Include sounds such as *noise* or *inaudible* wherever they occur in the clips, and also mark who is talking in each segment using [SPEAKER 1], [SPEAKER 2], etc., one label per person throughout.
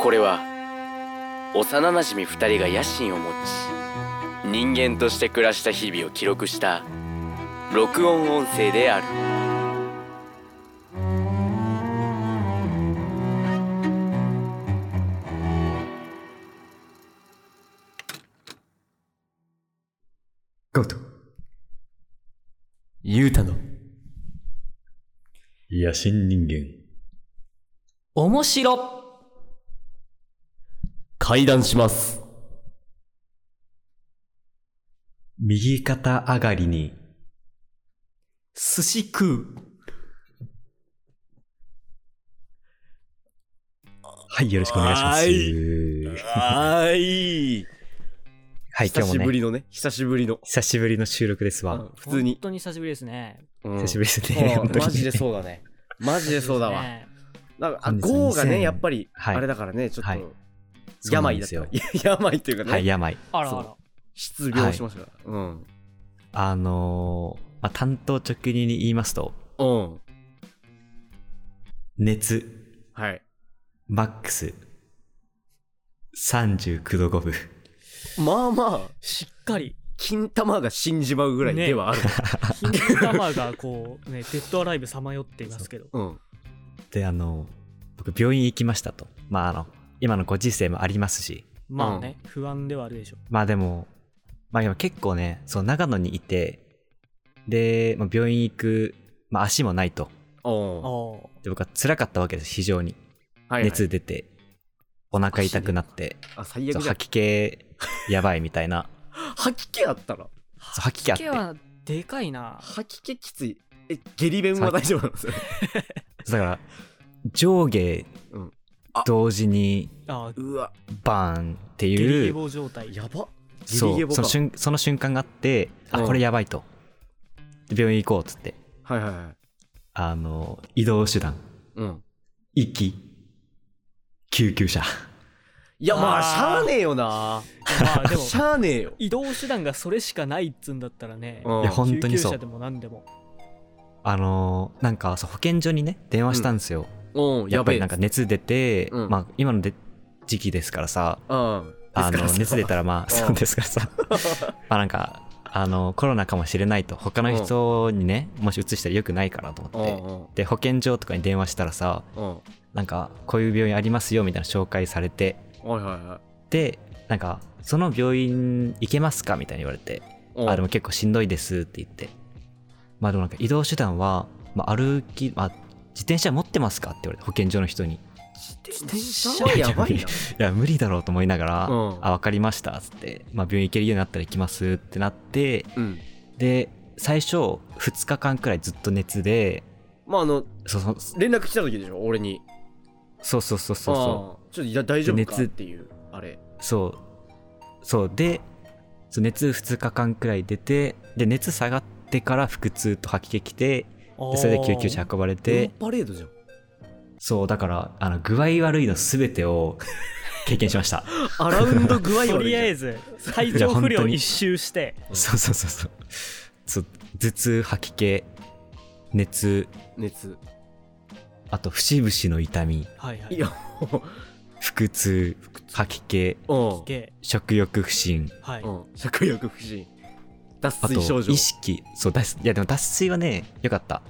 [SPEAKER 1] これは幼なじみ2人が野心を持ち人間として暮らした日々を記録した録音音声である
[SPEAKER 2] ゴート。
[SPEAKER 3] ゆうたの
[SPEAKER 4] 野心人間。
[SPEAKER 3] 面白会談します
[SPEAKER 4] 右肩上がりに、
[SPEAKER 3] 寿司食う
[SPEAKER 4] はい、よろしくお願いします。
[SPEAKER 3] は
[SPEAKER 1] あい
[SPEAKER 4] はい、今日もね、
[SPEAKER 1] のね久しぶりの
[SPEAKER 4] 久しぶりの収録ですわ。
[SPEAKER 1] 普通に
[SPEAKER 5] 本当に久しぶりですね。
[SPEAKER 4] 久しぶりですね、本当に。
[SPEAKER 1] マジでそうだねマジでそうだわ
[SPEAKER 5] ね
[SPEAKER 1] なんかあ
[SPEAKER 4] 本日
[SPEAKER 1] ゴーが
[SPEAKER 4] 2000
[SPEAKER 1] ねやっぱり
[SPEAKER 4] はい
[SPEAKER 1] あれだからねちょっ
[SPEAKER 4] はい
[SPEAKER 1] と病だった
[SPEAKER 4] そうなん
[SPEAKER 1] わ
[SPEAKER 4] で
[SPEAKER 1] *laughs* 病っていう
[SPEAKER 4] す
[SPEAKER 1] か
[SPEAKER 4] よ。はい、
[SPEAKER 1] ね
[SPEAKER 4] 病。
[SPEAKER 5] あら
[SPEAKER 1] そ
[SPEAKER 5] あ
[SPEAKER 1] う
[SPEAKER 5] ら。
[SPEAKER 1] 失病しましたからうん
[SPEAKER 4] あのーまあ、担当直入に言いますと、
[SPEAKER 1] うん
[SPEAKER 4] 熱、
[SPEAKER 1] はい
[SPEAKER 4] マックス、39度5分。
[SPEAKER 1] まあまあ
[SPEAKER 5] しっかり。
[SPEAKER 1] 金玉が死んじまうぐらいではある
[SPEAKER 5] 金玉がこ
[SPEAKER 4] *laughs*
[SPEAKER 5] う、ね、デッドアライブさまよっていますけど。
[SPEAKER 1] うん
[SPEAKER 4] で、あのー僕、病院行きましたと。まあ、あの、今のご時世もありますし、
[SPEAKER 5] まあね、不安ではあるでしょう。
[SPEAKER 4] まあでも、まあ今結構ね、そう、長野にいて、で、まあ、病院行く、まあ足もないと。
[SPEAKER 1] おん
[SPEAKER 5] あ
[SPEAKER 4] で、僕は辛かったわけです、非常に。
[SPEAKER 1] はいはい
[SPEAKER 4] 熱出て、お腹痛くなって、
[SPEAKER 1] あ最
[SPEAKER 4] そ
[SPEAKER 1] 悪
[SPEAKER 4] う
[SPEAKER 1] じゃん
[SPEAKER 4] 吐き気、やばいみた
[SPEAKER 1] *laughs*
[SPEAKER 4] いな。
[SPEAKER 1] 吐き気あったら
[SPEAKER 4] そう吐き気あ
[SPEAKER 5] あ。
[SPEAKER 4] っ
[SPEAKER 5] 毛
[SPEAKER 4] て。だ
[SPEAKER 5] はでかいな。
[SPEAKER 1] 吐き気きついえ下痢弁は大丈夫なんですよ
[SPEAKER 4] から、上下
[SPEAKER 1] うん、
[SPEAKER 4] 同時に、
[SPEAKER 5] ああ、
[SPEAKER 1] *laughs* うわ
[SPEAKER 4] バーンって
[SPEAKER 5] ゲリ
[SPEAKER 4] い
[SPEAKER 5] ゲ
[SPEAKER 4] う、
[SPEAKER 5] ボ状態。
[SPEAKER 1] やば
[SPEAKER 4] そ
[SPEAKER 1] ギリゲボ
[SPEAKER 4] う、
[SPEAKER 1] か
[SPEAKER 4] その瞬その瞬間があって、あ、
[SPEAKER 1] うん
[SPEAKER 4] これやばいと。で病院行こうっつって、
[SPEAKER 1] はいはいはい
[SPEAKER 4] あの、移動手段、
[SPEAKER 1] うん
[SPEAKER 4] 息、救急車。
[SPEAKER 1] いやまあ
[SPEAKER 5] あー
[SPEAKER 1] しゃあねえよな
[SPEAKER 5] ま
[SPEAKER 4] *laughs*
[SPEAKER 5] あでも、
[SPEAKER 1] しゃあねえよ
[SPEAKER 5] 移動手段がそれしかないっつんだったらね、
[SPEAKER 1] うん
[SPEAKER 4] いや本当にそう
[SPEAKER 5] 救急車でも何でも。
[SPEAKER 4] あのーなんかそう保健所にね電話したんですよ、
[SPEAKER 1] うん
[SPEAKER 4] や
[SPEAKER 1] や
[SPEAKER 4] っぱ
[SPEAKER 1] べ
[SPEAKER 4] り
[SPEAKER 1] え
[SPEAKER 4] なんか熱出て、
[SPEAKER 1] うん
[SPEAKER 4] まあ今ので時期ですからさ
[SPEAKER 1] うん
[SPEAKER 4] あの熱出
[SPEAKER 1] ら
[SPEAKER 4] た
[SPEAKER 1] *laughs*
[SPEAKER 4] らまあ
[SPEAKER 1] うん
[SPEAKER 4] そうですからさまあなんかあのコロナかもしれないと他の人にね、もし移したらよくないからと
[SPEAKER 1] う
[SPEAKER 4] 思って、
[SPEAKER 1] ん
[SPEAKER 4] で保健所とかに電話したらさ
[SPEAKER 1] うんうん
[SPEAKER 4] なんかこういう病院ありますよみたいな紹介されて
[SPEAKER 1] はいはいはい
[SPEAKER 4] でなんかその病院行けますかみたいに言われて
[SPEAKER 1] うん
[SPEAKER 4] あでも結構しんどいですって言ってまあでもなんか移動手段は、まあ、歩き、まあ、自転車持ってますかって言われて保健所の人にい
[SPEAKER 1] 自転車はやばいな
[SPEAKER 4] や無理だろうと思いながら、
[SPEAKER 1] うん
[SPEAKER 4] あ分かりましたっつって、まあ、病院行けるようになったら行きますってなって
[SPEAKER 1] うん
[SPEAKER 4] で最初2日間くらいずっと熱で
[SPEAKER 1] まああの
[SPEAKER 4] そうそう
[SPEAKER 1] 連絡来た時でしょ俺に
[SPEAKER 4] そうそうそうそうそ
[SPEAKER 1] あーちょっといや大丈夫か
[SPEAKER 4] 熱
[SPEAKER 1] っていうあれ
[SPEAKER 4] うそうそうでそう熱2日間くらい出てで熱下がってから腹痛と吐き気きてでそれで救急車運ばれて
[SPEAKER 1] オンパレードじゃん
[SPEAKER 4] そう、だから、あの、具合悪いのすべて
[SPEAKER 1] *laughs*
[SPEAKER 4] を経験しました。
[SPEAKER 1] アラウンド具合悪いじ *laughs* ゃ
[SPEAKER 5] と
[SPEAKER 1] ん
[SPEAKER 5] りあえず、体調不良一周して、
[SPEAKER 4] そうそうそうそう。そう頭痛、吐き気、熱、
[SPEAKER 1] 熱
[SPEAKER 4] あと、節々の痛み、
[SPEAKER 5] はいはいい。
[SPEAKER 1] や
[SPEAKER 4] 腹痛、吐き気、
[SPEAKER 1] うん
[SPEAKER 5] で
[SPEAKER 4] 食欲不振、
[SPEAKER 5] はい。
[SPEAKER 1] うん食欲不振脱
[SPEAKER 4] あと
[SPEAKER 1] 水症、状
[SPEAKER 4] 意識、そう、脱水、いや、でも脱水はね、よかった。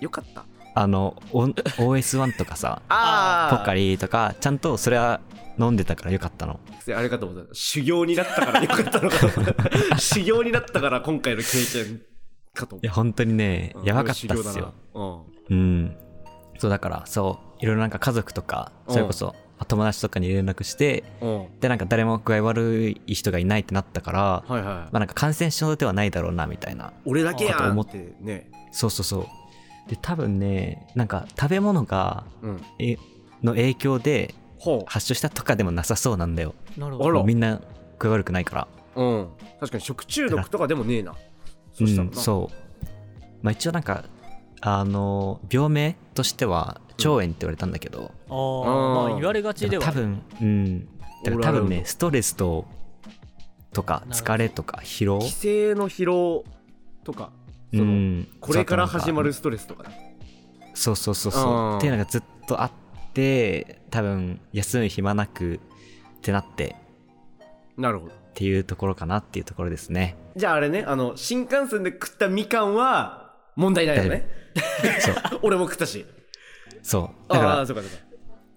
[SPEAKER 1] よかった
[SPEAKER 4] あの、お OS1 とかさ、
[SPEAKER 1] *laughs* あ
[SPEAKER 4] ポカリとか、ちゃんとそれは飲んでたからよかったの。
[SPEAKER 1] あれかと思った修行になったからよかったのかと思った修行になったから今回の経験かと思っ
[SPEAKER 4] いや、本当にね
[SPEAKER 1] た、
[SPEAKER 4] やばかったっ
[SPEAKER 1] うん
[SPEAKER 4] す
[SPEAKER 1] 修
[SPEAKER 4] よ
[SPEAKER 1] 行。だな
[SPEAKER 4] うん。そうだから、そう、いろいろなんか家族とか、
[SPEAKER 1] うん
[SPEAKER 4] それこそ友達とかに連絡して、
[SPEAKER 1] うんうん
[SPEAKER 4] で、なんか誰も具合悪い人がいないってなったから、
[SPEAKER 1] はいは
[SPEAKER 4] まあなんか感染症ではないだろうな、みたい
[SPEAKER 1] い
[SPEAKER 4] な。
[SPEAKER 1] 俺だけや
[SPEAKER 4] あと
[SPEAKER 1] ん
[SPEAKER 4] 思
[SPEAKER 1] っ
[SPEAKER 4] って
[SPEAKER 1] ね
[SPEAKER 4] そうそうそう。で、多分ね、なんか食べ物が、
[SPEAKER 1] うん
[SPEAKER 4] えの影響で
[SPEAKER 1] ほ
[SPEAKER 4] 発症したとかでもなさそうなんだよ。
[SPEAKER 5] なる
[SPEAKER 1] あ
[SPEAKER 5] ほ
[SPEAKER 1] ら
[SPEAKER 5] ど。
[SPEAKER 4] もうみんな具合悪くないから。
[SPEAKER 1] ううん確かに食中毒とかでもねえなそしたら
[SPEAKER 4] うん、
[SPEAKER 1] な
[SPEAKER 4] そう。まあ一応なんか、あの、病名としては、腸炎って言われたんだけど、
[SPEAKER 5] ああ、まあ言われがちでは。
[SPEAKER 4] 多分うんだから多分
[SPEAKER 1] オーラル
[SPEAKER 4] ねストレスととか
[SPEAKER 5] なるほど
[SPEAKER 4] 疲れとか疲労
[SPEAKER 1] 帰省の疲労とかそうの
[SPEAKER 4] ん
[SPEAKER 1] これから
[SPEAKER 4] そう
[SPEAKER 1] 始まるストレスとかね
[SPEAKER 4] そうそうそう
[SPEAKER 1] う
[SPEAKER 4] そ
[SPEAKER 1] ん
[SPEAKER 4] うっていうのがずっとあって多分休む暇なくってなって
[SPEAKER 6] なるほど
[SPEAKER 4] っていうところかなっていうところですね
[SPEAKER 6] じゃああれねあの新幹線で食ったみかんは問題ないよね俺も食ったし
[SPEAKER 4] そうだか
[SPEAKER 6] あ
[SPEAKER 4] ら
[SPEAKER 6] あ
[SPEAKER 4] い
[SPEAKER 6] ーそうかそう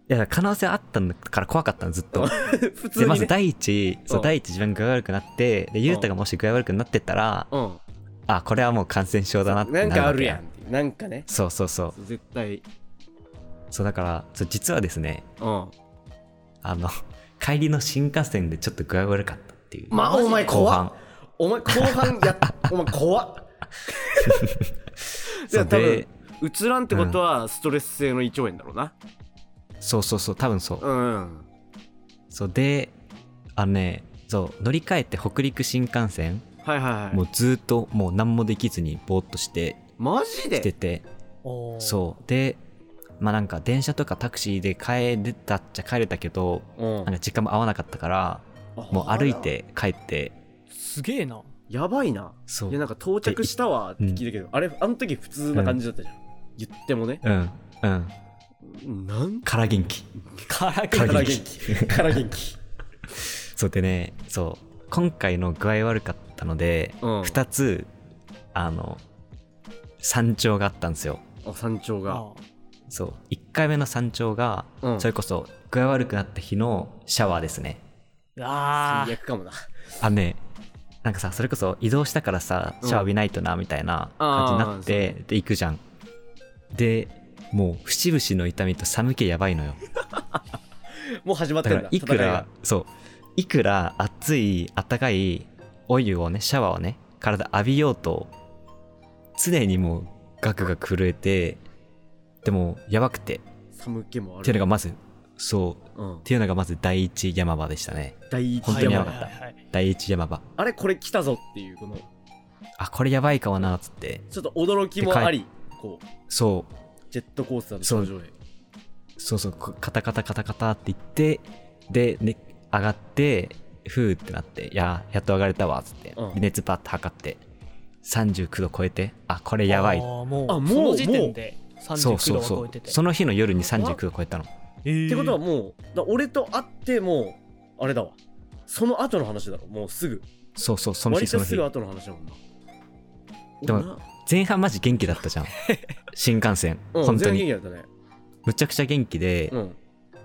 [SPEAKER 4] やだから可能性あったんだから怖かったのずっと
[SPEAKER 6] か普通
[SPEAKER 4] で
[SPEAKER 6] に、ね、
[SPEAKER 4] まず第一そううん第一自分が具合悪くなってでゆうたがもし具合悪くなってたら
[SPEAKER 6] うん
[SPEAKER 4] あこれはもう感染症だなってな
[SPEAKER 6] な
[SPEAKER 4] る
[SPEAKER 6] ん
[SPEAKER 4] わけ
[SPEAKER 6] かあるやんっていうなんかね
[SPEAKER 4] そうそうそう
[SPEAKER 6] 絶対
[SPEAKER 4] そうだからそう実はですね
[SPEAKER 6] うん
[SPEAKER 4] あの *laughs* 帰りの新幹線でちょっと具合悪かったっていう
[SPEAKER 6] まあお前
[SPEAKER 4] 後
[SPEAKER 6] 怖っ
[SPEAKER 4] 半
[SPEAKER 6] お前後半
[SPEAKER 4] *laughs*
[SPEAKER 6] やっお前怖っじ
[SPEAKER 4] そ
[SPEAKER 6] ゃ
[SPEAKER 4] う
[SPEAKER 6] あ多分
[SPEAKER 4] で
[SPEAKER 6] うつらんってことはストレス性の胃腸炎だろうな
[SPEAKER 4] そうそうそう多分そう
[SPEAKER 6] うん
[SPEAKER 4] そうであのねそう乗り換えて北陸新幹線
[SPEAKER 6] はいはいはい
[SPEAKER 4] もうずーっともう何もできずにぼーっとして
[SPEAKER 6] マジ
[SPEAKER 4] きて
[SPEAKER 6] で
[SPEAKER 4] て
[SPEAKER 5] おー
[SPEAKER 4] そうでまあなんか電車とかタクシーで帰れたっちゃ帰れたけど
[SPEAKER 6] うん
[SPEAKER 4] なんか時間も合わなかったからもう歩いて帰って
[SPEAKER 5] すげえな。
[SPEAKER 6] やばいな
[SPEAKER 4] そう
[SPEAKER 6] いやなんか到着したわって聞いたけど、あれあの時普通な感じだったじゃん、言ってもね
[SPEAKER 4] うんうん
[SPEAKER 6] なん
[SPEAKER 4] から元気
[SPEAKER 5] から
[SPEAKER 6] か
[SPEAKER 5] からら
[SPEAKER 6] 元気から元気
[SPEAKER 4] *laughs* そうでねそう今回の具合悪かったので、
[SPEAKER 6] うん
[SPEAKER 4] 2つあの山頂があったんですよ
[SPEAKER 6] あ山頂が
[SPEAKER 5] あ
[SPEAKER 4] そう1回目の山頂が、
[SPEAKER 6] うん
[SPEAKER 4] それこそ具合悪くなった日のシャワーですね
[SPEAKER 5] あ
[SPEAKER 6] 最悪かもな
[SPEAKER 4] あのねなんかさそれこそ移動したからさシャワー浴びないとなみたいな感じになって、で行くじゃんでもう節々の痛みと寒気やばいのよ
[SPEAKER 6] もう始まって
[SPEAKER 4] だ
[SPEAKER 6] ん
[SPEAKER 4] か
[SPEAKER 6] だ
[SPEAKER 4] らいく
[SPEAKER 6] 戦
[SPEAKER 4] らそういくら熱いあったかいお湯をねシャワーをね体浴びようと常にもうガクガク震えてでもやばくてっ
[SPEAKER 6] いが寒気もある
[SPEAKER 4] ていうのがまずそう
[SPEAKER 6] うん
[SPEAKER 4] っていうのがまず第一山場でしたね
[SPEAKER 6] 第一
[SPEAKER 5] あ。
[SPEAKER 4] 本当にやばかった
[SPEAKER 5] はいはいはいはい
[SPEAKER 4] 第一山場
[SPEAKER 6] あれこれ来たぞっていうこの
[SPEAKER 4] あこれやばいかもなっつって
[SPEAKER 6] ちょっと驚きもありこう
[SPEAKER 4] そう
[SPEAKER 6] ジェットコースターの頂上へ
[SPEAKER 4] そうそうこカタカタカタカタって言ってで、ね、上がってふーってなっていやーやっと上がれたわっつって、
[SPEAKER 6] うん
[SPEAKER 4] で熱パッと測って39度超えてあこれやばい
[SPEAKER 5] あーもう、
[SPEAKER 6] あもう
[SPEAKER 5] その時点で
[SPEAKER 4] そうそ
[SPEAKER 5] 39度
[SPEAKER 4] う
[SPEAKER 5] は
[SPEAKER 4] そ
[SPEAKER 5] 超え
[SPEAKER 4] う
[SPEAKER 5] てて。
[SPEAKER 4] その日の夜に39度超えたの
[SPEAKER 5] えー
[SPEAKER 6] ってことはもうだ俺と会ってもうあれだわその後の話だろもうすぐ
[SPEAKER 4] そうそうその日
[SPEAKER 6] 割
[SPEAKER 4] そ
[SPEAKER 6] と
[SPEAKER 4] の
[SPEAKER 6] す
[SPEAKER 4] 日
[SPEAKER 6] ぐ後の話だもんな
[SPEAKER 4] でも前半マジ元気
[SPEAKER 6] *laughs*
[SPEAKER 4] だったじゃん新幹線
[SPEAKER 6] うん
[SPEAKER 4] 本当
[SPEAKER 6] 全然
[SPEAKER 4] に
[SPEAKER 6] 元気だったね
[SPEAKER 4] むちゃくちゃ元気で、
[SPEAKER 6] うん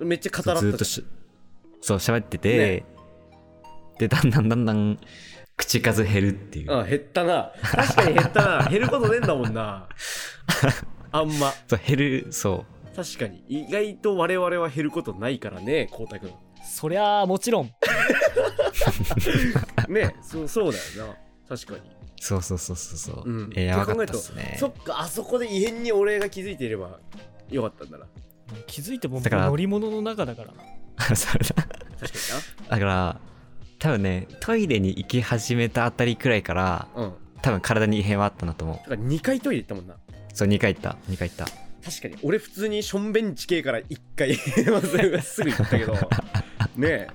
[SPEAKER 6] めっちゃ語ら
[SPEAKER 4] ず
[SPEAKER 6] っ
[SPEAKER 4] ーっと
[SPEAKER 6] た
[SPEAKER 4] しそう喋ってて、でだんだんだんだん口数減るっていう、
[SPEAKER 6] あ減ったな確かに減った
[SPEAKER 4] *laughs*
[SPEAKER 6] な減ることねえんだもんなあんま
[SPEAKER 4] そう減るそう
[SPEAKER 6] 確かに意外と我々は減ることないからね光太くん
[SPEAKER 5] そりゃあもちろん。
[SPEAKER 6] ねそうそうだよな確かに
[SPEAKER 4] そうそうそうそうそう、
[SPEAKER 6] うん
[SPEAKER 4] えーやばかったっすね
[SPEAKER 6] そっかあそこで異変に俺が気づいていればよかったんだな
[SPEAKER 5] 気づいても
[SPEAKER 4] だから
[SPEAKER 5] 乗り物の中だから
[SPEAKER 4] *laughs*
[SPEAKER 5] な。
[SPEAKER 4] そうだ
[SPEAKER 6] 確か
[SPEAKER 4] だから多分ねトイレに行き始めたあたりくらいから
[SPEAKER 6] になうん
[SPEAKER 4] 多分体に異変はあったなと思う
[SPEAKER 6] だから2回トイレ行ったもんな
[SPEAKER 4] そう2回行った2回行った
[SPEAKER 6] 確かに俺普通にしょんべん地形から1回 *laughs* まずすぐ行ったけどねえ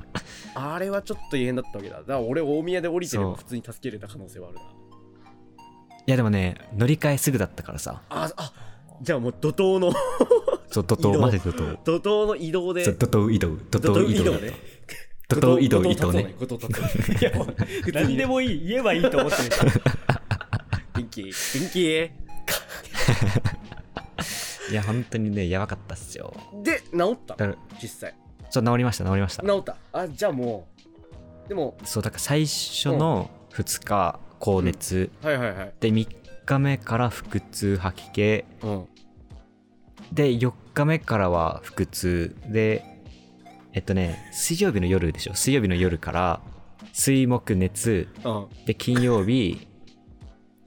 [SPEAKER 6] あれはちょっと異変だったわけだだから俺大宮で降りてれば
[SPEAKER 4] そう
[SPEAKER 6] 普通に助けれた可能性はあるない
[SPEAKER 4] やでもね乗り換えすぐだったからさ
[SPEAKER 6] ああじゃあもう怒涛の *laughs*
[SPEAKER 4] そう怒
[SPEAKER 6] 移
[SPEAKER 4] 涛
[SPEAKER 6] 動
[SPEAKER 4] マジで怒涛
[SPEAKER 6] 怒涛の移動で
[SPEAKER 4] そう怒涛移動怒
[SPEAKER 6] 怒
[SPEAKER 4] 涛移動だった怒涛移動移動ね
[SPEAKER 6] 怒涛立つねいやもう普通に
[SPEAKER 5] 何でもいい、言えばいいと思ってる。
[SPEAKER 6] 元気元気
[SPEAKER 4] いや本当にねやばかったっすよ
[SPEAKER 6] で治った
[SPEAKER 4] だから
[SPEAKER 6] 実際
[SPEAKER 4] そう治りました治りました
[SPEAKER 6] 治ったあじゃあもうでも
[SPEAKER 4] そうだから最初の2日高熱、
[SPEAKER 6] はいはいはい
[SPEAKER 4] で3日目から腹痛吐き気
[SPEAKER 6] うん
[SPEAKER 4] で4日目からは腹痛でえっとね水曜日の夜でしょ水曜日の夜から水木熱
[SPEAKER 6] うん
[SPEAKER 4] で金曜日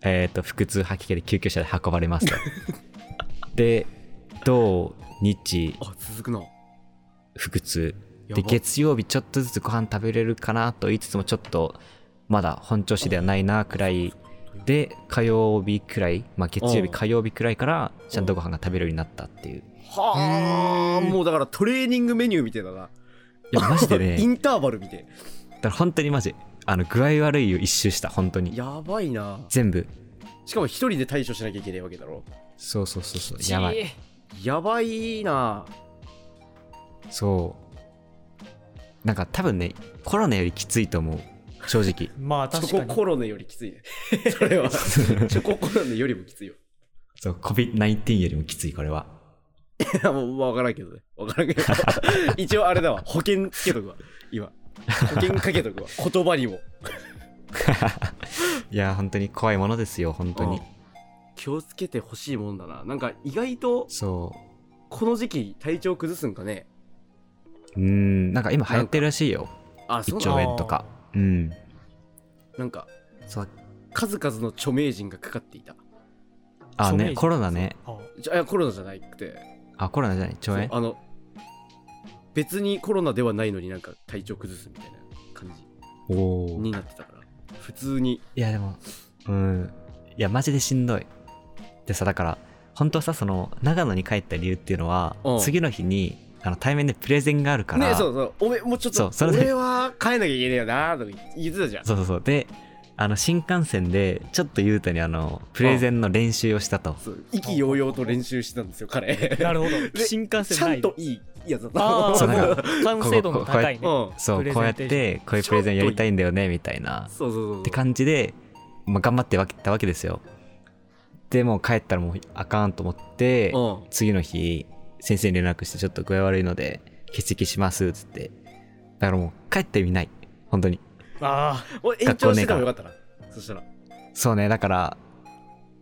[SPEAKER 4] えっと腹痛吐き気で救急車で運ば
[SPEAKER 6] *laughs*
[SPEAKER 4] れますとで土日
[SPEAKER 6] あ続くな
[SPEAKER 4] 腹痛
[SPEAKER 6] や
[SPEAKER 4] で
[SPEAKER 6] ば
[SPEAKER 4] 月曜日ちょっとずつご飯食べれるかなと言いつつもちょっとまだ本調子ではないなくらいで火曜日くらい、まあ、月曜
[SPEAKER 6] う
[SPEAKER 4] 日
[SPEAKER 6] ん
[SPEAKER 4] 火曜日くらいからちゃんとご飯が食べれるようになったっていう
[SPEAKER 6] はあもうだからトレーニングメニューみたいだない
[SPEAKER 4] やマジで
[SPEAKER 6] *laughs* イ
[SPEAKER 4] ね
[SPEAKER 6] ンターバルみたい
[SPEAKER 4] だから本当にマジあの具合悪いを一周した本当に
[SPEAKER 6] やばいな
[SPEAKER 4] 全部
[SPEAKER 6] しかも一人で対処しなきゃいけないわけだろ
[SPEAKER 4] そうそうそうそうやばい
[SPEAKER 5] い。
[SPEAKER 6] やばいな
[SPEAKER 4] そうなんか多分ねコロナよりきついと思う正直
[SPEAKER 5] まあ確
[SPEAKER 6] チョ
[SPEAKER 5] か
[SPEAKER 6] コ
[SPEAKER 5] に
[SPEAKER 6] コロネよりきついね。 *laughs* それは。チョココロネよりもきついよ。 *laughs*
[SPEAKER 4] そう COVID-19 よりもきついこれはい
[SPEAKER 6] や、もうわからんけどね。わからんけ *laughs* ど。一応あれだわ。保険つけとくわ。今。保険かけと *laughs* くわ。言葉にも。
[SPEAKER 4] いや本当に怖いものですよ本当に
[SPEAKER 6] うん気をつけてほしいもんだな。なんか意外と
[SPEAKER 4] そ
[SPEAKER 6] この時期体調崩すんかね。
[SPEAKER 4] ううーんなんか今流行ってるらしいよ
[SPEAKER 6] あ、
[SPEAKER 4] 胃
[SPEAKER 6] そう
[SPEAKER 4] 腸
[SPEAKER 6] なの
[SPEAKER 4] 炎とかうん
[SPEAKER 6] なんか
[SPEAKER 4] そう
[SPEAKER 6] 数々の著名人がかかっていた。
[SPEAKER 4] あ
[SPEAKER 5] 著名
[SPEAKER 4] ね
[SPEAKER 5] 人
[SPEAKER 4] コロナね
[SPEAKER 5] あ
[SPEAKER 6] じゃあいやコロナじゃなくて、
[SPEAKER 4] あコロナじゃない腸
[SPEAKER 6] そう
[SPEAKER 4] 炎
[SPEAKER 6] あの、別にコロナではないのになんか体調崩すみたいな感じ
[SPEAKER 4] おお
[SPEAKER 6] になってたから。普通に。
[SPEAKER 4] いやでも、うん。いや、マジでしんどい。でさ、だから、本当はさ、その、長野に帰った理由っていうのは
[SPEAKER 6] うん、
[SPEAKER 4] 次の日に、あの、対面でプレゼンがあるから、
[SPEAKER 6] ねそ
[SPEAKER 4] そう
[SPEAKER 6] そう。おめもうちょっ
[SPEAKER 4] そ
[SPEAKER 6] と
[SPEAKER 4] う、それで
[SPEAKER 6] 俺は帰んなきゃいけねえよなとか言ってたじゃん。
[SPEAKER 4] うそうそう。で、あの、新幹線で、ちょっとゆうたに、あの、プレゼンの練習をしたと。
[SPEAKER 6] そう意気揚々と練習してたんですよ、彼。
[SPEAKER 4] *laughs*
[SPEAKER 5] なるほ
[SPEAKER 6] で
[SPEAKER 5] ど新幹線
[SPEAKER 6] ちゃ
[SPEAKER 5] なんい
[SPEAKER 6] といいやつだった。
[SPEAKER 5] ああ
[SPEAKER 4] そう
[SPEAKER 5] も
[SPEAKER 4] なん
[SPEAKER 5] う完成度の高いね
[SPEAKER 6] うん。
[SPEAKER 4] そう
[SPEAKER 5] プ、レ
[SPEAKER 4] こう
[SPEAKER 5] ゼ
[SPEAKER 4] や
[SPEAKER 5] ン
[SPEAKER 4] っ
[SPEAKER 5] テーション
[SPEAKER 4] て、こういうプレゼンやりたいんだよね、みたいな。
[SPEAKER 6] そうそうそうそう。
[SPEAKER 4] って感じで、まあ、頑張ってわけたわけですよ。でもう帰ったらもうあかんと思って、
[SPEAKER 6] うん。
[SPEAKER 4] 次の日先生に連絡してちょっと具合悪いので欠席しますっつってだからもう帰った意味ない本当に
[SPEAKER 5] あ
[SPEAKER 6] 俺延長してた方がよかったな。そしたら。
[SPEAKER 4] そうねだから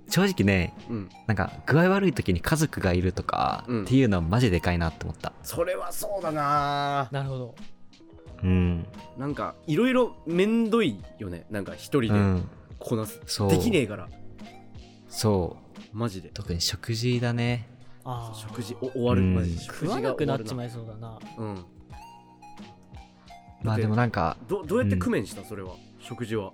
[SPEAKER 4] 正直ね
[SPEAKER 6] うん。
[SPEAKER 4] なんか具合悪い時に家族がいるとか
[SPEAKER 6] うん
[SPEAKER 4] っていうのはマジでかいなって思った
[SPEAKER 6] それはそうだな
[SPEAKER 5] あなるほど
[SPEAKER 4] うん
[SPEAKER 6] なんか、いろいろめんどいよね。なんか、一人
[SPEAKER 4] う
[SPEAKER 6] で
[SPEAKER 4] ん
[SPEAKER 6] こなす。
[SPEAKER 4] そう
[SPEAKER 6] できねえから、
[SPEAKER 4] そう
[SPEAKER 6] マジで。
[SPEAKER 4] 特に食事だね
[SPEAKER 5] ああ
[SPEAKER 6] 食事お終わる、
[SPEAKER 4] うん
[SPEAKER 6] マジで。食
[SPEAKER 5] 食
[SPEAKER 6] 事
[SPEAKER 5] わ
[SPEAKER 6] が
[SPEAKER 5] なく
[SPEAKER 6] 終
[SPEAKER 5] な
[SPEAKER 6] わ
[SPEAKER 5] っ
[SPEAKER 6] る
[SPEAKER 5] ちまいそうだな
[SPEAKER 6] うん。
[SPEAKER 4] ま
[SPEAKER 6] だっ
[SPEAKER 4] あ
[SPEAKER 6] て
[SPEAKER 4] でもなんか
[SPEAKER 6] どどうやって工面した、それは。食事は。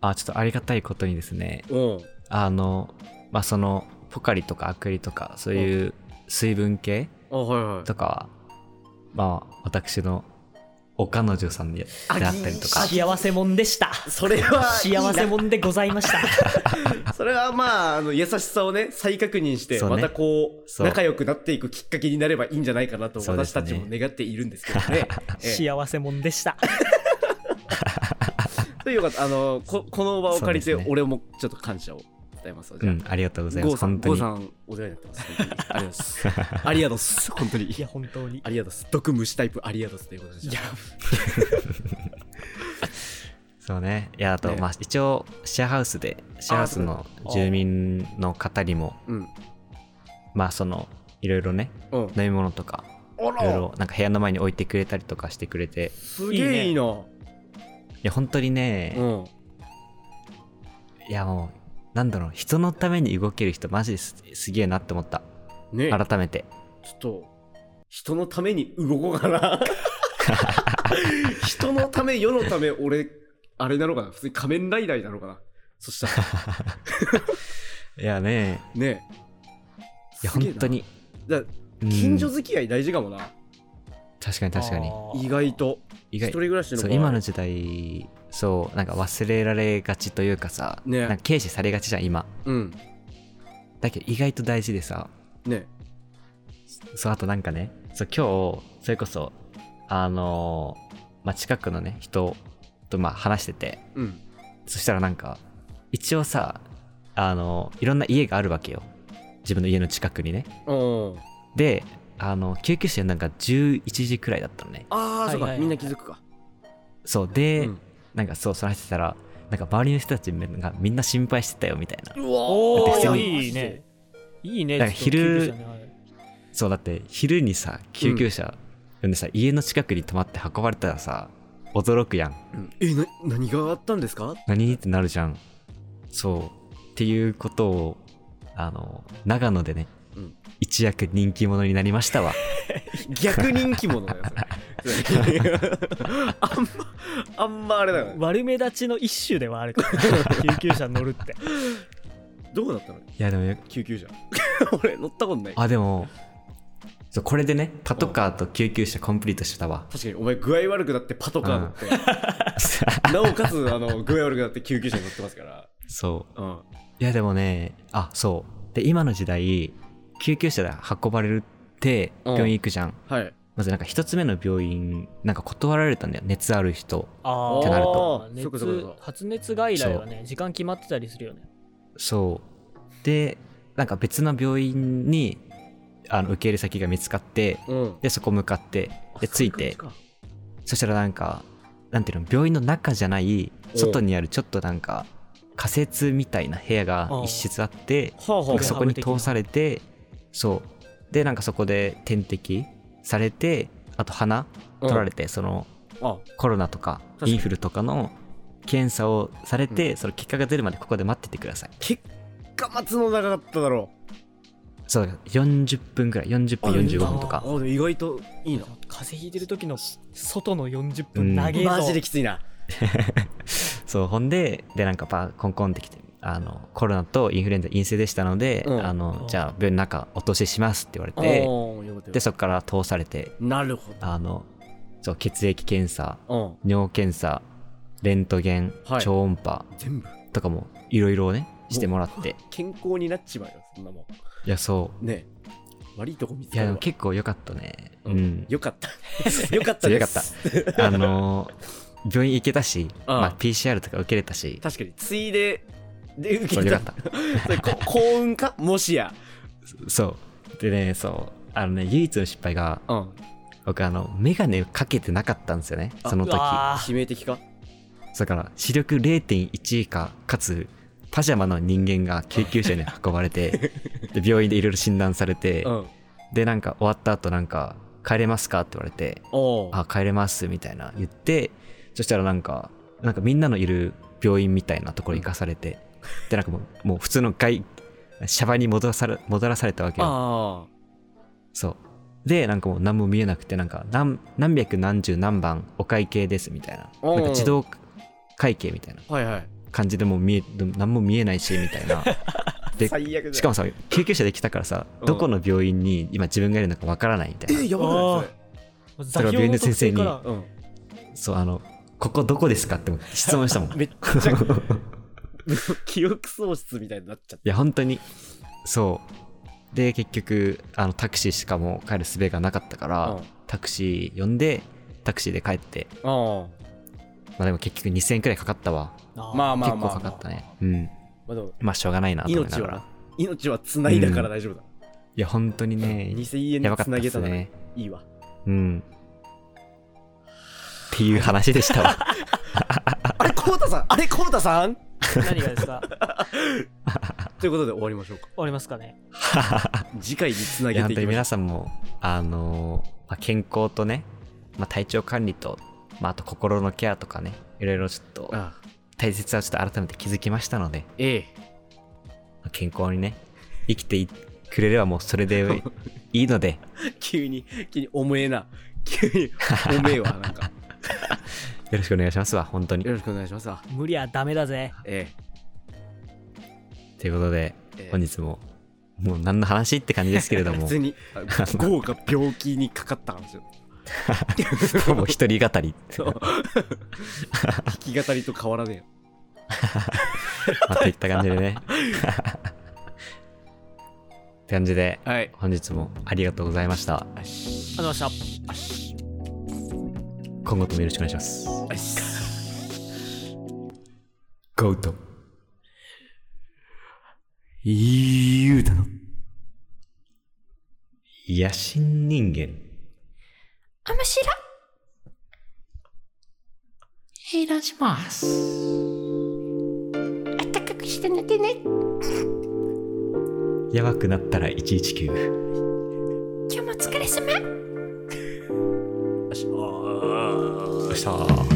[SPEAKER 4] あちょっとありがたいことにですね
[SPEAKER 6] うん。
[SPEAKER 4] あのまあそのポカリとかアクリとかそういう水分系、
[SPEAKER 6] あ、はいはい。
[SPEAKER 4] とかは、まあ、私のお彼女さんであったりとか、
[SPEAKER 5] 幸せもんでした
[SPEAKER 6] それは、
[SPEAKER 5] 幸せもんでございました
[SPEAKER 6] それはまあ、あの優しさをね、再確認して、
[SPEAKER 4] そうね
[SPEAKER 6] またこう、
[SPEAKER 4] そう
[SPEAKER 6] 仲良くなっていくきっかけになればいいんじゃないかなと、
[SPEAKER 4] そうで
[SPEAKER 6] 私
[SPEAKER 4] すね
[SPEAKER 6] たちも願っているんですけどね。
[SPEAKER 4] *laughs*
[SPEAKER 6] ええ
[SPEAKER 5] 幸せもんでした
[SPEAKER 6] というか、あの、ここの場を借りて、
[SPEAKER 4] そうですね
[SPEAKER 6] 俺もちょっと感謝を伝えますわ
[SPEAKER 4] う
[SPEAKER 6] じゃあ
[SPEAKER 4] ん、ありがとうございま
[SPEAKER 6] ゴ
[SPEAKER 4] す。
[SPEAKER 6] ーさん、
[SPEAKER 4] 本当
[SPEAKER 6] ゴー
[SPEAKER 4] に
[SPEAKER 6] さ。ん、お世話になってます。本当にありがとうございます。ありがとうござい
[SPEAKER 4] *laughs*
[SPEAKER 6] ます。本当に。
[SPEAKER 5] いや本当に
[SPEAKER 6] ありがとうございます。毒虫タイプありがとうということで
[SPEAKER 5] い
[SPEAKER 6] し
[SPEAKER 5] や
[SPEAKER 6] た。
[SPEAKER 4] そうね。いや、あと、
[SPEAKER 6] ね
[SPEAKER 4] まあ、一応、シェアハウスで、シェアハウスの住民の方にも、
[SPEAKER 6] うん。
[SPEAKER 4] まあ、その、いろいろね、
[SPEAKER 6] うん。
[SPEAKER 4] 飲み物とか、
[SPEAKER 6] あ
[SPEAKER 4] いろい
[SPEAKER 6] ら、
[SPEAKER 4] ろ、なんか部屋の前に置いてくれたりとかしてくれて、
[SPEAKER 6] すげえいいな。
[SPEAKER 4] いや、本当にね、
[SPEAKER 6] うん。
[SPEAKER 4] いや、もう、なんだろう、人のために動ける人、マジですすげえなって思った。
[SPEAKER 6] ねえ
[SPEAKER 4] 改めて。
[SPEAKER 6] ちょっと、人のために動こうか
[SPEAKER 4] *laughs*
[SPEAKER 6] な。人のため、世のため、俺、あれなのかな普通に仮面ライダーになのかなそしたら、
[SPEAKER 4] *laughs* いやね、
[SPEAKER 6] ね
[SPEAKER 4] い
[SPEAKER 6] え。
[SPEAKER 4] や、
[SPEAKER 6] すげえ
[SPEAKER 4] 本
[SPEAKER 6] な
[SPEAKER 4] 当。に。
[SPEAKER 6] だ
[SPEAKER 4] うん
[SPEAKER 6] 近所付き合い大事かもな。
[SPEAKER 4] 確かに確かに。
[SPEAKER 6] 意外と。
[SPEAKER 4] 意
[SPEAKER 6] 一
[SPEAKER 4] 外
[SPEAKER 6] 人暮らしの
[SPEAKER 4] そ
[SPEAKER 6] 場
[SPEAKER 4] う
[SPEAKER 6] 合
[SPEAKER 4] 今の時代そうなんか忘れられがちというかさ、
[SPEAKER 6] ね
[SPEAKER 4] なんか軽視されがちじゃん今
[SPEAKER 6] うん。
[SPEAKER 4] だけど意外と大事でさ
[SPEAKER 6] ね
[SPEAKER 4] そうあとなんかねそう今日それこそあのーまあ、近くのね人とまあ話してて
[SPEAKER 6] え。うん。
[SPEAKER 4] そしたらなんか一応さあのーいろんな家があるわけよ自分の家の近くにね
[SPEAKER 6] うん。
[SPEAKER 4] であの救急車なんか11時くらいだったのね
[SPEAKER 6] ああ、
[SPEAKER 5] はい
[SPEAKER 6] そう
[SPEAKER 5] は
[SPEAKER 6] か。
[SPEAKER 5] い
[SPEAKER 6] みんな気づくか。
[SPEAKER 4] そう
[SPEAKER 6] う
[SPEAKER 4] で、
[SPEAKER 6] ん
[SPEAKER 4] なんかそうそ話してたらなんか周りの人たちみんなみんな心配してたよみたいな
[SPEAKER 6] うわ
[SPEAKER 5] お
[SPEAKER 4] だって
[SPEAKER 5] お
[SPEAKER 4] さ
[SPEAKER 5] いいねいいね
[SPEAKER 4] なんか昼
[SPEAKER 5] ちょっと救急車ね
[SPEAKER 4] そうだって昼にさ救急車呼んでさ、家の近くに泊まって運ばれたらさ驚くやん
[SPEAKER 6] うんえ、な、何があったんですか
[SPEAKER 4] 何ってなるじゃんそうっていうことをあの長野でね、
[SPEAKER 6] うん
[SPEAKER 4] 一躍人気者になり
[SPEAKER 6] *laughs*
[SPEAKER 4] ましたわ
[SPEAKER 6] 逆人気者だよ、それ *laughs* あんま、あんまあれだよね。
[SPEAKER 5] 悪目立ちの一種では
[SPEAKER 4] *laughs*
[SPEAKER 5] あるから救急車乗るって
[SPEAKER 6] どうだったの
[SPEAKER 4] いやでもよ
[SPEAKER 6] 救急車 *laughs* 俺乗ったことない
[SPEAKER 4] あでもそうこれでねパトカーと救急車コンプリートしたわ
[SPEAKER 6] 確かにお前具合悪くなってパトカー乗って、 *laughs* なおかつあの具合悪くなって救急車に乗ってますから
[SPEAKER 4] そう
[SPEAKER 6] うん
[SPEAKER 4] いやでもねあそうで今の時代救急車で運ばれるって
[SPEAKER 6] うん
[SPEAKER 4] 病院行くじゃん、
[SPEAKER 6] はい。
[SPEAKER 4] まずなんか一つ目の病院なんか断られたんだよ熱ある人
[SPEAKER 5] あー
[SPEAKER 4] ってなる
[SPEAKER 6] と
[SPEAKER 5] 熱
[SPEAKER 6] そうかそうかそうか
[SPEAKER 5] 発熱外来はね時間決まってたりするよね
[SPEAKER 4] そうでなんか別の病院にあの受け入れ先が見つかって
[SPEAKER 6] うん。
[SPEAKER 4] でそこ向かってでついて
[SPEAKER 6] そうか
[SPEAKER 4] そしたらなんかなんていうの病院の中じゃない
[SPEAKER 6] うん
[SPEAKER 4] 外にあるちょっとなんか仮設みたいな部屋が
[SPEAKER 5] うん
[SPEAKER 4] 一室あって
[SPEAKER 5] はあ
[SPEAKER 4] なんかそこに通されてそうでなんかそこで点滴されてあと鼻
[SPEAKER 6] うん
[SPEAKER 4] 取られてその
[SPEAKER 6] あ
[SPEAKER 4] コロナとか
[SPEAKER 6] 確かに
[SPEAKER 4] インフルとかの検査をされてその結果が出るまでここで待っててください
[SPEAKER 6] 結果待つの長かっただろ
[SPEAKER 4] そう40分ぐらい40分
[SPEAKER 5] あ
[SPEAKER 4] 45分
[SPEAKER 6] う。
[SPEAKER 4] と
[SPEAKER 6] あ
[SPEAKER 4] か
[SPEAKER 6] でも意外といいな。
[SPEAKER 5] 風邪ひいてる時の外の40
[SPEAKER 4] うん
[SPEAKER 5] 分長えぞ
[SPEAKER 6] マジできついな。
[SPEAKER 4] そうほんででなんかパーコンコンってきてあのコロナとインフルエンザ陰性でしたので、
[SPEAKER 6] うん
[SPEAKER 4] あの
[SPEAKER 5] うん
[SPEAKER 4] じゃあ病院の中お通ししますって言われ
[SPEAKER 6] あ
[SPEAKER 4] て
[SPEAKER 6] ーよかったよかった
[SPEAKER 4] でそこから通されて
[SPEAKER 6] なるほ
[SPEAKER 4] あのそう血液検査
[SPEAKER 6] ど。
[SPEAKER 4] 尿検査レントゲン、
[SPEAKER 6] はい
[SPEAKER 4] 超音波
[SPEAKER 6] うん。全部。
[SPEAKER 4] とかもいろいろねしてもらって
[SPEAKER 6] 健康になっちまうよ、そんなも。
[SPEAKER 4] いやそうん
[SPEAKER 6] ねえ。悪いとこ見つ
[SPEAKER 4] い
[SPEAKER 6] か
[SPEAKER 4] や
[SPEAKER 6] る
[SPEAKER 4] で
[SPEAKER 6] わ
[SPEAKER 4] も結構良かったねう
[SPEAKER 6] うんん。よか *laughs* った。よかった
[SPEAKER 4] そう
[SPEAKER 6] で
[SPEAKER 4] よ
[SPEAKER 6] す。
[SPEAKER 4] かったあのー病院行けたし、
[SPEAKER 6] ああ
[SPEAKER 4] まあ、PCR とか受けれたし
[SPEAKER 6] 確かに、ついで、で、受
[SPEAKER 4] そ
[SPEAKER 6] け
[SPEAKER 4] う
[SPEAKER 6] た
[SPEAKER 4] よかった
[SPEAKER 6] それこ幸運かもしや。
[SPEAKER 4] そうでねそうあのね唯一の失敗が
[SPEAKER 6] うん。
[SPEAKER 4] 僕あの眼鏡かけてなかったんですよね
[SPEAKER 6] あ
[SPEAKER 4] その
[SPEAKER 5] う
[SPEAKER 4] 時
[SPEAKER 5] わー
[SPEAKER 6] 致命的か
[SPEAKER 4] だから視力0.1以下かつパジャマの人間が救急車に運ばれてで病院でいろいろ診断されて、
[SPEAKER 6] うん。
[SPEAKER 4] でなんか終わった後なんか帰れますかって言われて
[SPEAKER 6] おー
[SPEAKER 4] あ帰れますみたいな言ってそしたらなんかなんかみんなのいる病院みたいなところに行かされて、でなんかもうもう普通の外シャバに戻らされ戻らされたわけよ
[SPEAKER 6] あ
[SPEAKER 4] そうでなんかもう何も見えなくてなんか何何百何十何番お会計ですみたいな
[SPEAKER 6] うん
[SPEAKER 4] なんか自動会計みたいな
[SPEAKER 6] あ。はいはい。
[SPEAKER 4] 感じでもう見えでも何も見えないしみた
[SPEAKER 6] *laughs*
[SPEAKER 4] いなで
[SPEAKER 6] 最悪だ。
[SPEAKER 4] しかもさ救急車で来たからさ
[SPEAKER 6] うん
[SPEAKER 4] どこの病院に今自分がいるのかわからないみたいな
[SPEAKER 6] え、やばくない
[SPEAKER 5] 座標の特定から
[SPEAKER 6] それうん。
[SPEAKER 4] そうあのここどこですかって質問し
[SPEAKER 6] *laughs*
[SPEAKER 4] たもん
[SPEAKER 6] めっちゃ記憶喪失みたいになっちゃっ
[SPEAKER 4] いや本当にそうで結局あのタクシーしかもう帰る術がなかったから、
[SPEAKER 6] た。うん
[SPEAKER 4] タクシー呼んでタクシーで帰って
[SPEAKER 6] あ
[SPEAKER 4] まあでも結局2000円くらいかかったわ
[SPEAKER 5] あ
[SPEAKER 6] あ
[SPEAKER 4] *laughs*
[SPEAKER 5] ー
[SPEAKER 6] まあまあまあ、
[SPEAKER 4] 結構かかったねうん
[SPEAKER 6] まあでも
[SPEAKER 4] まあしょうがないなと思いな
[SPEAKER 6] 命
[SPEAKER 4] が
[SPEAKER 6] は
[SPEAKER 4] ら
[SPEAKER 6] な命は繋いだから大丈夫だ、
[SPEAKER 4] いや本当にね
[SPEAKER 6] 2000円
[SPEAKER 4] や
[SPEAKER 6] で
[SPEAKER 4] ばかった
[SPEAKER 6] 繋
[SPEAKER 4] で
[SPEAKER 6] げ
[SPEAKER 4] す
[SPEAKER 6] たら、
[SPEAKER 4] ね
[SPEAKER 6] いいわ
[SPEAKER 4] うんっていう話でしたわ
[SPEAKER 6] あれコウタさんあれコウタさん
[SPEAKER 5] 何がですか終
[SPEAKER 6] ということで終わりましょうか
[SPEAKER 5] わりますかね
[SPEAKER 6] 次回に繋
[SPEAKER 4] い
[SPEAKER 6] げ
[SPEAKER 4] や
[SPEAKER 6] て
[SPEAKER 4] 本
[SPEAKER 6] い
[SPEAKER 4] 当
[SPEAKER 6] きまし
[SPEAKER 4] に
[SPEAKER 6] ょ
[SPEAKER 4] 皆さんもあのーまあ、健康とね、まあ、体調管理と、まあ、あと心のケアとかねいろいろちょっと
[SPEAKER 6] うああ
[SPEAKER 4] 大切さをちょっと改めて気づきましたので
[SPEAKER 6] ええ
[SPEAKER 4] 健康にね生きていくれればもうそれでいい
[SPEAKER 6] *laughs*
[SPEAKER 4] ので
[SPEAKER 6] *laughs* 急に急におめえな急におめえはなんか
[SPEAKER 4] よろしくお願いしますわ本当
[SPEAKER 6] *laughs*
[SPEAKER 4] に
[SPEAKER 6] よろしくお願いしますわ
[SPEAKER 5] 無理はダメだぜ
[SPEAKER 6] え
[SPEAKER 4] ということで
[SPEAKER 6] えええ
[SPEAKER 4] 本日ももう何の話って感じですけれど
[SPEAKER 6] *laughs*
[SPEAKER 4] も
[SPEAKER 2] *laughs*
[SPEAKER 6] 別にあゴーが病気にかかった話
[SPEAKER 4] もう一人語り
[SPEAKER 6] そう弾き語りと変わらねえよ
[SPEAKER 4] まあといった感じでねって感じで
[SPEAKER 6] はい
[SPEAKER 4] 本日もありがとうございました
[SPEAKER 5] ありがとうございました
[SPEAKER 4] 今後ともよろしくお願いします
[SPEAKER 2] ゴート。ゆうたの。
[SPEAKER 4] 野心人間
[SPEAKER 7] 面白い。いらっします。あったかくして寝てね。
[SPEAKER 4] やばくなったら119
[SPEAKER 7] 今日もお疲れ様。
[SPEAKER 4] よっしゃー